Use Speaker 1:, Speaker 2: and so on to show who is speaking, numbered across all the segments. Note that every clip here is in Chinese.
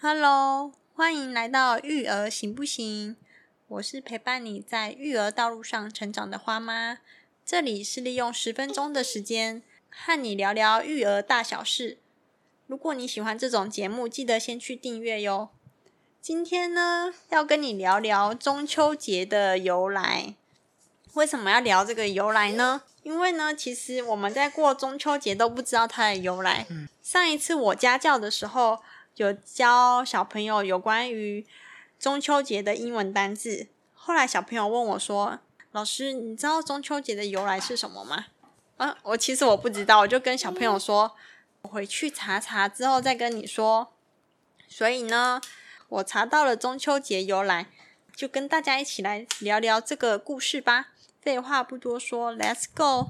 Speaker 1: Hello，欢迎来到育儿行不行？我是陪伴你在育儿道路上成长的花妈，这里是利用十分钟的时间和你聊聊育儿大小事。如果你喜欢这种节目，记得先去订阅哟。今天呢，要跟你聊聊中秋节的由来。为什么要聊这个由来呢？因为呢，其实我们在过中秋节都不知道它的由来。上一次我家教的时候，有教小朋友有关于中秋节的英文单字。后来小朋友问我说：“老师，你知道中秋节的由来是什么吗？”啊，我其实我不知道，我就跟小朋友说：“我回去查查之后再跟你说。”所以呢，我查到了中秋节由来，就跟大家一起来聊聊这个故事吧。废话不多说，Let's go。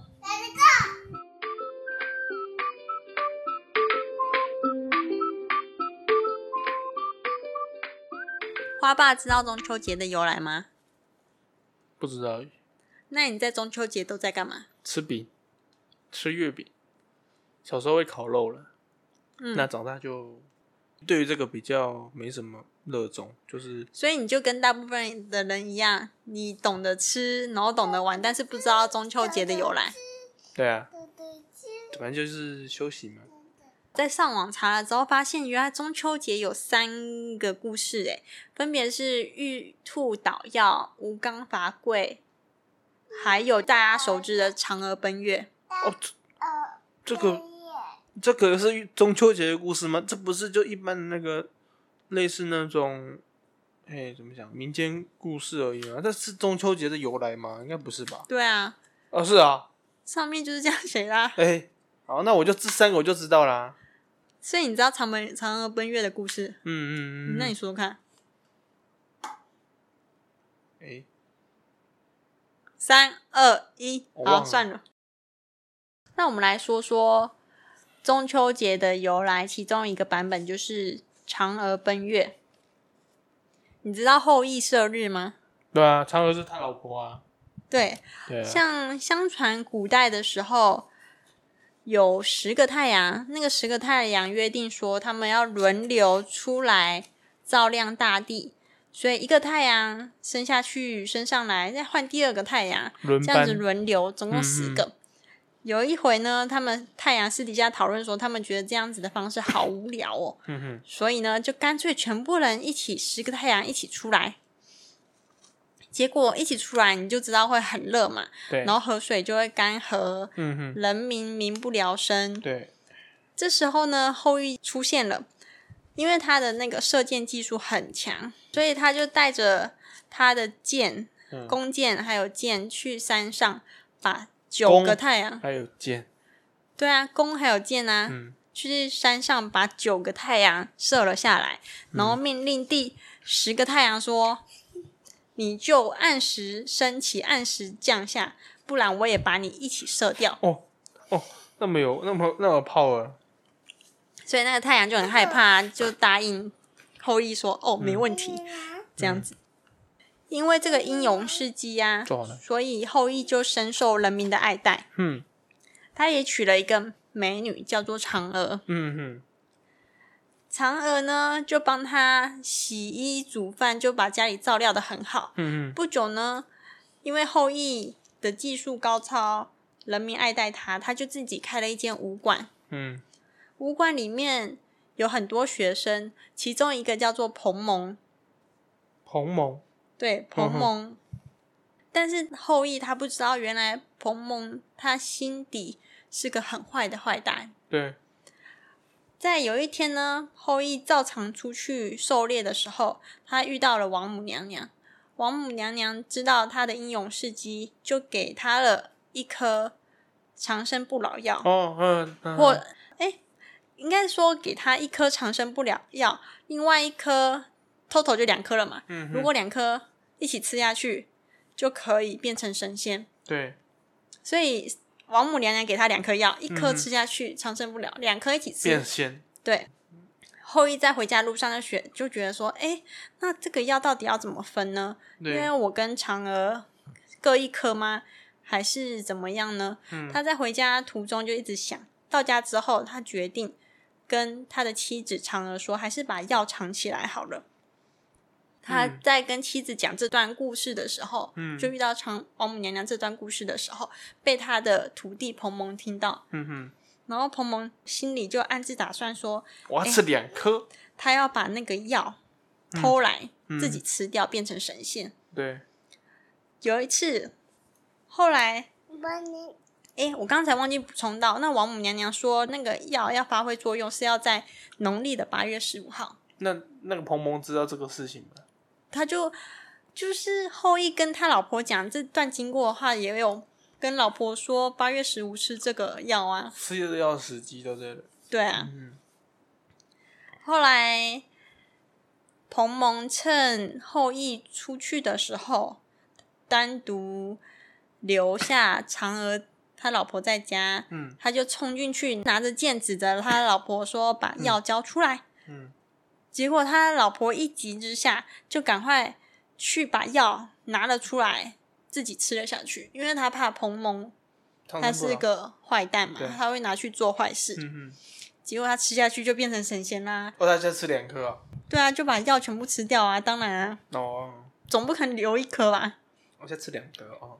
Speaker 1: 花爸知道中秋节的由来吗？
Speaker 2: 不知道
Speaker 1: 那你在中秋节都在干嘛？
Speaker 2: 吃饼，吃月饼，小时候会烤肉了，
Speaker 1: 嗯
Speaker 2: 那长大就对于这个比较没什么热衷，就是
Speaker 1: 所以你就跟大部分的人一样，你懂得吃，然后懂得玩，但是不知道中秋节的由来。
Speaker 2: 对啊，反正就是休息嘛。
Speaker 1: 在上网查了之后，发现原来中秋节有三个故事，诶，分别是玉兔捣药、吴刚伐桂，还有大家熟知的嫦娥奔月。
Speaker 2: 哦，这这个这个是中秋节的故事吗？这不是就一般的那个类似那种，哎，怎么讲民间故事而已吗？这是中秋节的由来吗？应该不是吧？
Speaker 1: 对啊，
Speaker 2: 哦，是啊，
Speaker 1: 上面就是这样写啦。
Speaker 2: 哎，好，那我就这三个我就知道啦。
Speaker 1: 所以你知道嫦奔嫦娥奔月的故事？
Speaker 2: 嗯嗯嗯，
Speaker 1: 那你说说看，
Speaker 2: 哎。
Speaker 1: 三二一，
Speaker 2: 我忘
Speaker 1: 好，
Speaker 2: 了
Speaker 1: 算了。那我们来说说中秋节的由来，其中一个版本就是嫦娥奔月。你知道后羿射日吗？
Speaker 2: 对啊，嫦娥是他老婆啊。
Speaker 1: 对，
Speaker 2: 对啊，
Speaker 1: 像相传古代的时候，有十个太阳，那个十个太阳约定说他们要轮流出来照亮大地，所以一个太阳升下去，升上来，再换第二个太阳，
Speaker 2: 轮
Speaker 1: 这样
Speaker 2: 班嗯
Speaker 1: 子轮流，总共十个。有一回呢，他们太阳私底下讨论说，他们觉得这样子的方式好无聊哦，
Speaker 2: 嗯哼，
Speaker 1: 所以呢，就干脆全部人一起，十个太阳一起出来。结果一起出来，你就知道会很热嘛，
Speaker 2: 对，
Speaker 1: 然后河水就会干涸，
Speaker 2: 嗯哼，
Speaker 1: 人民民不聊生。
Speaker 2: 对，
Speaker 1: 这时候呢，后羿出现了，因为他的那个射箭技术很强，所以他就带着他的箭、
Speaker 2: 嗯
Speaker 1: 弓箭还有箭去山上，把九个
Speaker 2: 弓
Speaker 1: 太阳，
Speaker 2: 还有箭，
Speaker 1: 对啊，弓还有箭啊，
Speaker 2: 嗯，
Speaker 1: 去山上把九个太阳射了下来，然
Speaker 2: 嗯
Speaker 1: 后命令第十个太阳说：“你就按时升起，按时降下，不然我也把你一起射掉。
Speaker 2: 哦哦，那么有那么那么 power，”
Speaker 1: 所以那个太阳就很害怕，就答应后羿说：“哦，没问题。
Speaker 2: 嗯
Speaker 1: 这样子，因为这个英勇事迹呀、
Speaker 2: 做好了
Speaker 1: 所以后羿就深受人民的爱戴。
Speaker 2: 嗯
Speaker 1: 他也娶了一个美女，叫做嫦娥。
Speaker 2: 嗯哼，
Speaker 1: 嫦娥呢，就帮他洗衣煮饭，就把家里照料的很好。
Speaker 2: 嗯哼，
Speaker 1: 不久呢，因为后羿的技术高超，人民爱戴他，他就自己开了一间武馆。
Speaker 2: 嗯
Speaker 1: 武馆里面有很多学生，其中一个叫做彭蒙，
Speaker 2: 鸿蒙，
Speaker 1: 对，彭蒙。但是后羿他不知道，原来彭蒙他心底是个很坏的坏蛋，
Speaker 2: 对，
Speaker 1: 在有一天呢，后羿照常出去狩猎的时候，他遇到了王母娘娘。王母娘娘知道他的英勇事迹，就给他了一颗长生不老药，
Speaker 2: 哦嗯嗯，
Speaker 1: 或哎、应该说给他一颗长生不老药，另外一颗 total 就两颗了嘛。
Speaker 2: 嗯
Speaker 1: 如
Speaker 2: 哼，
Speaker 1: 果两颗一起吃下去，就可以变成神仙。
Speaker 2: 对，
Speaker 1: 所以王母娘娘给他两颗药，一颗
Speaker 2: 嗯哼
Speaker 1: 吃下去长生不老，两颗一起吃
Speaker 2: 变仙，
Speaker 1: 对，后羿在回家路上就学就觉得说，哎，那这个药到底要怎么分呢？因为
Speaker 2: 对，
Speaker 1: 我跟嫦娥各一颗吗？还是怎么样呢？
Speaker 2: 嗯
Speaker 1: 他在回家途中就一直想，到家之后他决定跟他的妻子嫦娥说，还是把药藏起来好了。他在跟妻子讲这段故事的时候，
Speaker 2: 嗯
Speaker 1: 就遇到长王母娘娘这段故事的时候，被他的徒弟彭蒙听到，
Speaker 2: 嗯哼，
Speaker 1: 然后彭蒙心里就暗自打算说，
Speaker 2: 我要吃两颗，
Speaker 1: 他要把那个药哎偷来、
Speaker 2: 嗯
Speaker 1: 自己吃掉，变成神仙。
Speaker 2: 对，
Speaker 1: 有一次，后来，
Speaker 3: 把你
Speaker 1: 诶，我刚才忘记补充到，那王母娘娘说，那个药要发挥作用是要在农历的八月十五号。
Speaker 2: 那那个彭蒙知道这个事情吗？
Speaker 1: 他就就是后羿跟他老婆讲这段经过的话，也有跟老婆说八月十五吃这个药啊，
Speaker 2: 吃的要死鸡都在了，
Speaker 1: 对啊。
Speaker 2: 嗯，
Speaker 1: 后来彭蒙趁后羿出去的时候，单独留下嫦娥他老婆在家，
Speaker 2: 嗯
Speaker 1: 他就冲进去拿着剑指着他老婆说：“把药交出来。
Speaker 2: 嗯
Speaker 1: 结果他老婆一急之下，就赶快去把药拿了出来，自己吃了下去，因为他怕彭蒙
Speaker 2: 长
Speaker 1: 他
Speaker 2: 生不
Speaker 1: 是
Speaker 2: 老
Speaker 1: 个坏蛋嘛
Speaker 2: 对，
Speaker 1: 他会拿去做坏事。
Speaker 2: 嗯哼，
Speaker 1: 结果他吃下去就变成神仙啦，
Speaker 2: 哦，大家吃两颗啊，
Speaker 1: 对啊，就把药全部吃掉啊，当然啊，
Speaker 2: 哦，
Speaker 1: 总不可能留一颗吧，
Speaker 2: 我先吃两颗哦，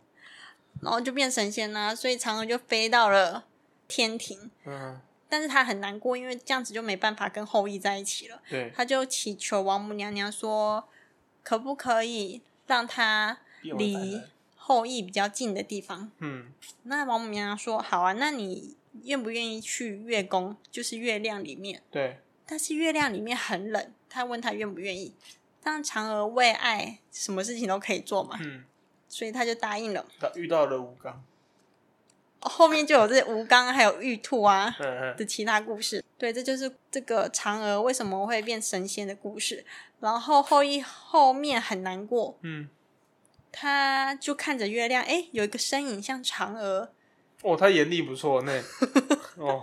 Speaker 1: 然后就变神仙啦，所以嫦娥就飞到了天庭，
Speaker 2: 嗯，
Speaker 1: 但是他很难过，因为这样子就没办法跟后羿在一起了。
Speaker 2: 对，
Speaker 1: 他就祈求王母娘娘说，可不可以让他离后羿比较近的地方？
Speaker 2: 嗯
Speaker 1: 那王母娘娘说：“好啊，那你愿不愿意去月宫，就是月亮里面？
Speaker 2: 对，
Speaker 1: 但是月亮里面很冷。”他问他愿不愿意。但嫦娥为爱，什么事情都可以做嘛，
Speaker 2: 嗯，
Speaker 1: 所以他就答应了。哦
Speaker 2: 他遇到了吴刚，
Speaker 1: 后面就有这吴刚还有玉兔啊
Speaker 2: 嗯
Speaker 1: 的其他故事。对，这就是这个嫦娥为什么会变神仙的故事。然后后羿后面很难过，
Speaker 2: 嗯，
Speaker 1: 他就看着月亮，哎，有一个身影像嫦娥，
Speaker 2: 哦，他眼力不 错呢，哦，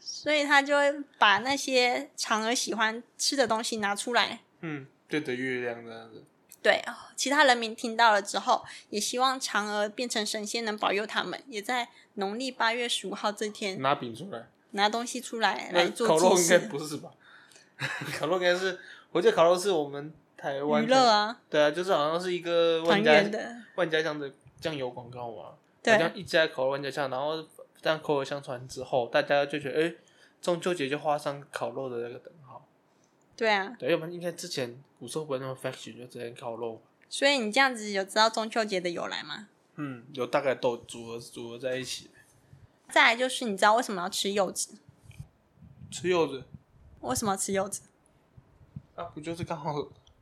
Speaker 1: 所以他就会把那些嫦娥喜欢吃的东西拿出来。
Speaker 2: 嗯，对着月亮这样子，
Speaker 1: 对，其他人民听到了之后，也希望嫦娥变成神仙，能保佑他们。也在农历八月十五号这天
Speaker 2: 拿饼出来，
Speaker 1: 拿东西出来来
Speaker 2: 那
Speaker 1: 做
Speaker 2: 哎烤肉
Speaker 1: 祭
Speaker 2: 应该
Speaker 1: 祀
Speaker 2: 不是吧？ 烤肉应该是，我记得烤肉是我们台湾
Speaker 1: 娱乐，啊，
Speaker 2: 对啊，就是好像是一个
Speaker 1: 团
Speaker 2: 万家
Speaker 1: 圆的。
Speaker 2: 万家香的酱油广告嘛，好
Speaker 1: 对
Speaker 2: 像一直在烤万家香，然后这样口耳相传之后，大家就觉得，哎、中秋节就画上烤肉的那个等号。
Speaker 1: 对啊，
Speaker 2: 对，要不然应该之前古时候不会那么 fashion，就只能烤肉。
Speaker 1: 所以你这样子有知道中秋节的由来吗？
Speaker 2: 嗯，有大概都组合组合在一起，
Speaker 1: 再来就是你知道为什么要吃柚子？
Speaker 2: 吃柚子
Speaker 1: 为什么要吃柚子？
Speaker 2: 啊，不就是刚好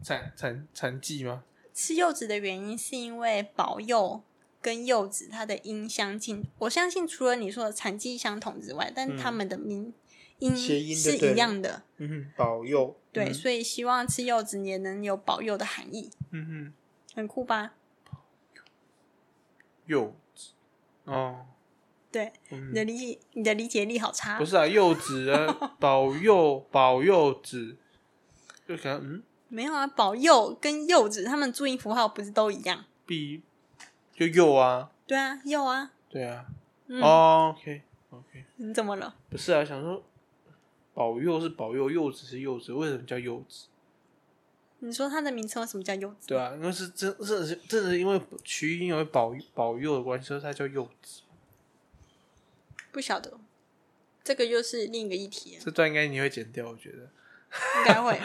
Speaker 2: 产产产季吗？
Speaker 1: 吃柚子的原因是因为保佑跟柚子它的音相近。我相信除了你说的产季相同之外，但他们的名、
Speaker 2: 嗯谐音就是对
Speaker 1: 一样的。
Speaker 2: 嗯，保佑。
Speaker 1: 对，所以希望吃柚子也能有保佑的含义，
Speaker 2: 嗯哼，
Speaker 1: 很酷吧？
Speaker 2: 柚子哦，
Speaker 1: 对，
Speaker 2: 嗯
Speaker 1: 你的理解，你的理解力好差
Speaker 2: 不。是啊，柚 子啊，保佑保佑子，就可能嗯，
Speaker 1: 没有啊，保佑跟柚子，他们注音符号不是都一样？
Speaker 2: 必就柚啊，
Speaker 1: 对啊，柚啊，
Speaker 2: 对啊，
Speaker 1: 嗯，
Speaker 2: 哦，OK OK，
Speaker 1: 你怎么了？
Speaker 2: 不是啊，想说保佑是保佑，柚子是柚子，为什么叫柚子？
Speaker 1: 你说它的名称为什么叫柚子？
Speaker 2: 对啊，因为是真真的是真的是因为取因为保保佑的关系，所以它叫柚子。
Speaker 1: 不晓得，这个又是另一个议题了，
Speaker 2: 这段应该你会剪掉，我觉得。
Speaker 1: 应该会。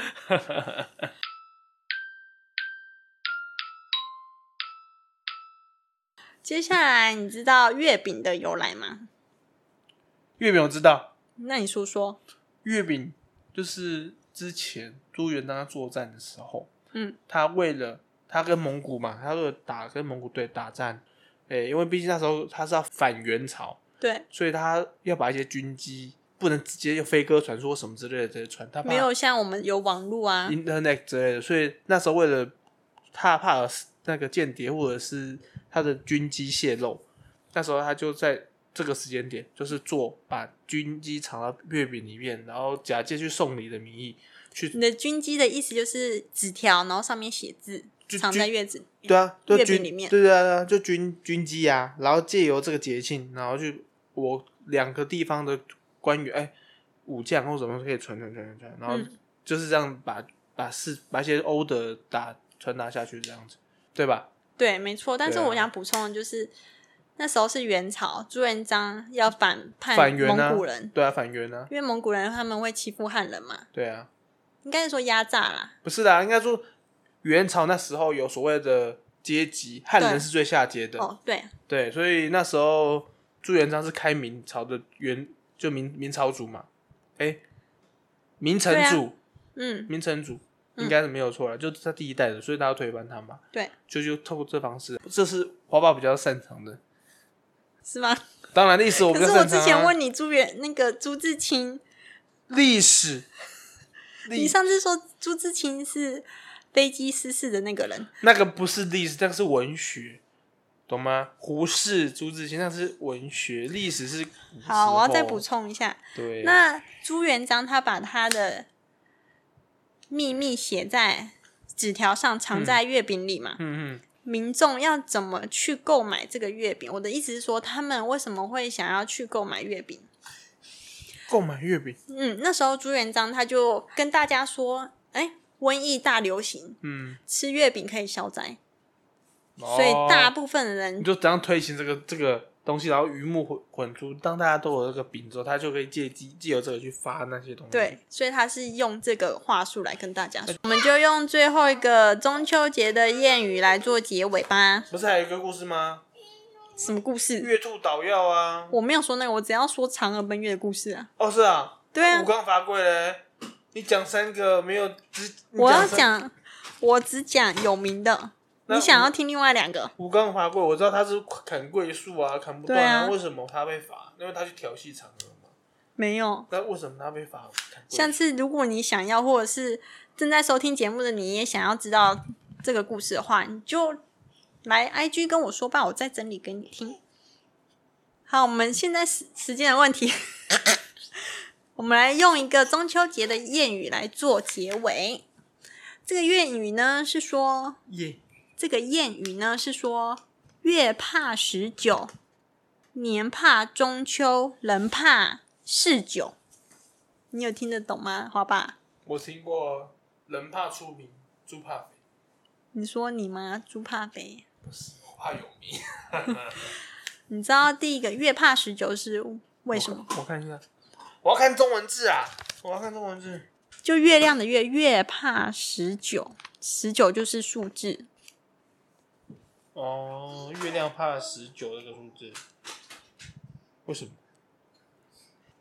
Speaker 1: 接下来，你知道月饼的由来吗？
Speaker 2: 月饼我知道，
Speaker 1: 那你说说。
Speaker 2: 月饼就是之前朱元璋作战的时候，
Speaker 1: 嗯，
Speaker 2: 他为了他跟蒙古嘛，他为了打跟蒙古队打战，诶、因为毕竟那时候他是要反元朝，
Speaker 1: 对，
Speaker 2: 所以他要把一些军机不能直接就飞鸽传书什么之类的直接传，他怕
Speaker 1: 没有像我们有网络啊，
Speaker 2: internet 之类的，所以那时候为了他怕有那个间谍或者是他的军机泄露，那时候他就在这个时间点，就是做把军机藏到月饼里面，然后假借去送礼的名义去，
Speaker 1: 你的军机的意思就是纸条，然后上面写字，
Speaker 2: 就
Speaker 1: 藏在月子里。
Speaker 2: 对啊，就
Speaker 1: 月饼
Speaker 2: 军
Speaker 1: 里面
Speaker 2: 对对啊对啊，就军军机啊，然后借由这个节庆，然后去我两个地方的官员，哎，武将或什么可以传传传传传，然后
Speaker 1: 嗯
Speaker 2: 就是这样把把事把一些欧德打传达下去，这样子，对吧？
Speaker 1: 对，没错。但是
Speaker 2: 对啊
Speaker 1: 我想补充的就是，那时候是元朝，朱元璋要反叛
Speaker 2: 反元啊
Speaker 1: 蒙古人，，
Speaker 2: 对啊，反元啊，
Speaker 1: 因为蒙古人他们会欺负汉人嘛，
Speaker 2: 对啊，
Speaker 1: 应该是说压榨啦。
Speaker 2: 不是啦，应该说元朝那时候有所谓的阶级，汉
Speaker 1: 对
Speaker 2: 人是最下阶的，
Speaker 1: 哦，对，
Speaker 2: 对，所以那时候朱元璋是开明朝的元，就明明朝主嘛，哎、明成
Speaker 1: 对啊
Speaker 2: 主，
Speaker 1: 嗯，
Speaker 2: 明成主
Speaker 1: 嗯
Speaker 2: 应该是没有错了，就是他第一代的，所以他要推翻他嘛，
Speaker 1: 对，
Speaker 2: 就就透过这方式，这是华爸比较擅长的。
Speaker 1: 是吗？
Speaker 2: 当然，历史我比
Speaker 1: 可
Speaker 2: 较
Speaker 1: 是我
Speaker 2: 擅长、
Speaker 1: 之
Speaker 2: 啊。
Speaker 1: 前问你朱元那个朱自清，
Speaker 2: 历史，
Speaker 1: 你
Speaker 2: 历
Speaker 1: 上次说朱自清是飞机失事的那个人，
Speaker 2: 那个不是历史，那个是文学，懂吗？胡适、朱自清那是文学，历史是古时
Speaker 1: 好，我要再
Speaker 2: 候
Speaker 1: 补。充一下，
Speaker 2: 对，
Speaker 1: 那朱元璋他把他的秘密写在纸条上，藏在月饼里嘛。
Speaker 2: 嗯嗯，
Speaker 1: 民众要怎么去购买这个月饼？我的意思是说，他们为什么会想要去购买月饼？
Speaker 2: 购买月饼，
Speaker 1: 嗯，那时候朱元璋他就跟大家说：“哎，瘟疫大流行，
Speaker 2: 嗯，
Speaker 1: 吃月饼可以消灾。”嗯所以
Speaker 2: 哦
Speaker 1: 大部分的人
Speaker 2: 你就怎样推行这个这个东西，然后鱼目混混珠，当大家都有这个饼之后，他就可以借机借由这个去发那些东西。
Speaker 1: 对，，所以他是用这个话术来跟大家说。我们就用最后一个中秋节的谚语来做结尾吧。
Speaker 2: 不是还有一个故事吗？
Speaker 1: 什么故事？
Speaker 2: 月兔捣药啊！
Speaker 1: 我没有说那个，我只要说嫦娥奔月的故事啊。
Speaker 2: 哦，是啊，
Speaker 1: 对啊
Speaker 2: 武，功罚跪嘞。你讲三个没有只，你
Speaker 1: 我要
Speaker 2: 三
Speaker 1: 讲，我只讲有名的。
Speaker 2: 那
Speaker 1: 你想
Speaker 2: 我
Speaker 1: 要听另外两个？
Speaker 2: 武功罚跪，我知道他是砍桂树啊，砍不断
Speaker 1: 对啊
Speaker 2: 为什么他被罚？因为他去调戏嫦娥嘛。
Speaker 1: 没有。
Speaker 2: 那为什么他被罚砍桂树？
Speaker 1: 下次如果你想要，或者是正在收听节目的你也想要知道这个故事的话，你就来 IG 跟我说吧，我再整理给你听。好，我们现在时时间的问题， 我们来用一个中秋节的谚语来做结尾。这个谚语呢是说，
Speaker 2: 耶，
Speaker 1: 这个谚语呢是说，月怕十九，年怕中秋，人怕事九。你有听得懂吗，华爸？
Speaker 2: 我听过人怕出名，猪怕肥，
Speaker 1: 你说你吗？猪怕肥。
Speaker 2: 我怕有名。
Speaker 1: 你知道第一个月怕十九是为什么？
Speaker 2: 我看一下，我要看中文字啊！我要看中文字。
Speaker 1: 就月亮的月，月怕十九，十九就是数字。
Speaker 2: 哦，月亮怕十九这个数字，为什么？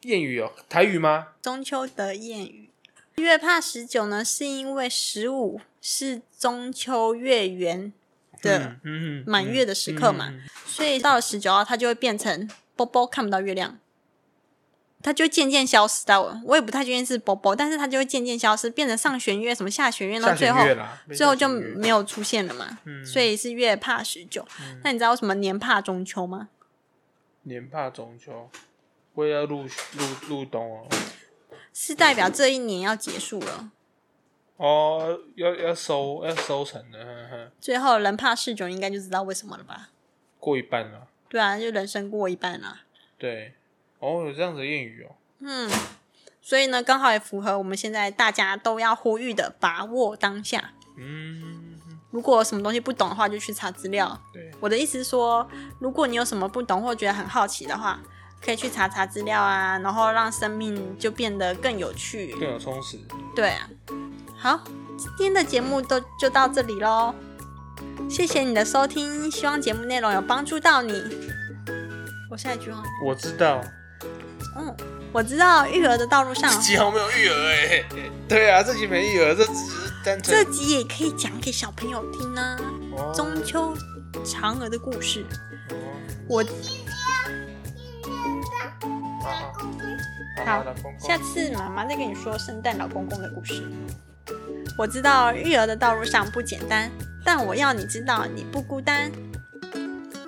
Speaker 2: 谚语哦，台语吗？
Speaker 1: 中秋的谚语。月怕十九呢，是因为十五是中秋月圆的
Speaker 2: 嗯嗯，嗯
Speaker 1: 满月的时刻嘛，
Speaker 2: 嗯嗯嗯
Speaker 1: 所以到了十九号，它就会变成波波看不到月亮，它就渐渐消失到我，我也不太确定是波波，但是它就会渐渐消失，变成上弦月什么下弦月，到
Speaker 2: 下
Speaker 1: 最
Speaker 2: 弦
Speaker 1: 后
Speaker 2: 月啦，
Speaker 1: 最后就
Speaker 2: 被下弦月
Speaker 1: 没有出现了嘛。
Speaker 2: 嗯
Speaker 1: 所以是月怕十九。
Speaker 2: 嗯
Speaker 1: 那你知道为什么年怕中秋吗？
Speaker 2: 年怕中秋，我也要入入入冬哦。
Speaker 1: 是代表这一年要结束了。
Speaker 2: 哦，要要收要收成了，呵呵
Speaker 1: 最后人怕事九，应该就知道为什么了吧？
Speaker 2: 过一半了。
Speaker 1: 对啊，就人生过一半啦、
Speaker 2: 对，哦，有这样子的谚语哦。
Speaker 1: 嗯，所以呢，刚好也符合我们现在大家都要呼吁的把握当下。
Speaker 2: 嗯，
Speaker 1: 如果有什么东西不懂的话，就去查资料。
Speaker 2: 对，
Speaker 1: 我的意思是说，如果你有什么不懂或觉得很好奇的话，可以去查查资料啊，然后让生命就变得更有趣。
Speaker 2: 更有充实。
Speaker 1: 对啊，好，今天的节目都就到这里喽，谢谢你的收听，希望节目内容有帮助到你。我下一句话，
Speaker 2: 我知道，
Speaker 1: 嗯，我知道育儿的道路 上，
Speaker 2: 集好没有育儿哎、对啊，这集没育儿，这只是单纯
Speaker 1: 这集也可以讲给小朋友听啊，
Speaker 2: 哦
Speaker 1: 中秋嫦娥的故事。
Speaker 2: 哦
Speaker 1: 我
Speaker 2: 好好
Speaker 1: 好
Speaker 2: 好，老公公
Speaker 1: 下次妈妈再跟你说圣诞老公公的故事。我知道育儿的道路上不简单，但我要你知道你不孤单。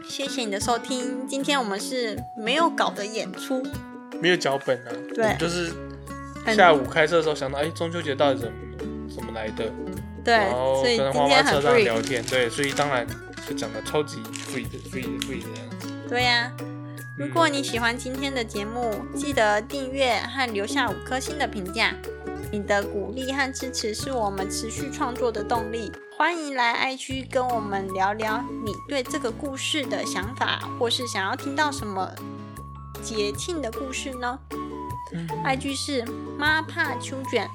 Speaker 1: 谢谢你的收听，今天我们是没有稿的演出，
Speaker 2: 没有脚本啊，
Speaker 1: 对
Speaker 2: 我们就是
Speaker 1: 很
Speaker 2: 下午开车的时候想到，哎、中秋节到底怎么怎么来的？
Speaker 1: 对
Speaker 2: 然，后
Speaker 1: 所以
Speaker 2: 跟
Speaker 1: 今
Speaker 2: 花花
Speaker 1: 天
Speaker 2: 车
Speaker 1: 很
Speaker 2: 上
Speaker 1: free，
Speaker 2: 聊天，对，所以当然就讲的超级 free 的 free 的 free 的样子。
Speaker 1: 对呀、如果你喜欢今天的节目，记得订阅和留下五颗星的评价。你的鼓励和支持是我们持续创作的动力。欢迎来 IG 跟我们聊聊你对这个故事的想法，或是想要听到什么节庆的故事呢？IG 是 mapa 秋卷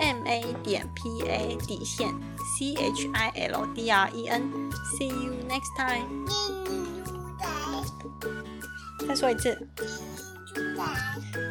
Speaker 1: m a 点 p a 底线 c h i l d r e n。See you next time。
Speaker 3: 金猪仔，
Speaker 1: 再说一次。
Speaker 3: 金猪仔。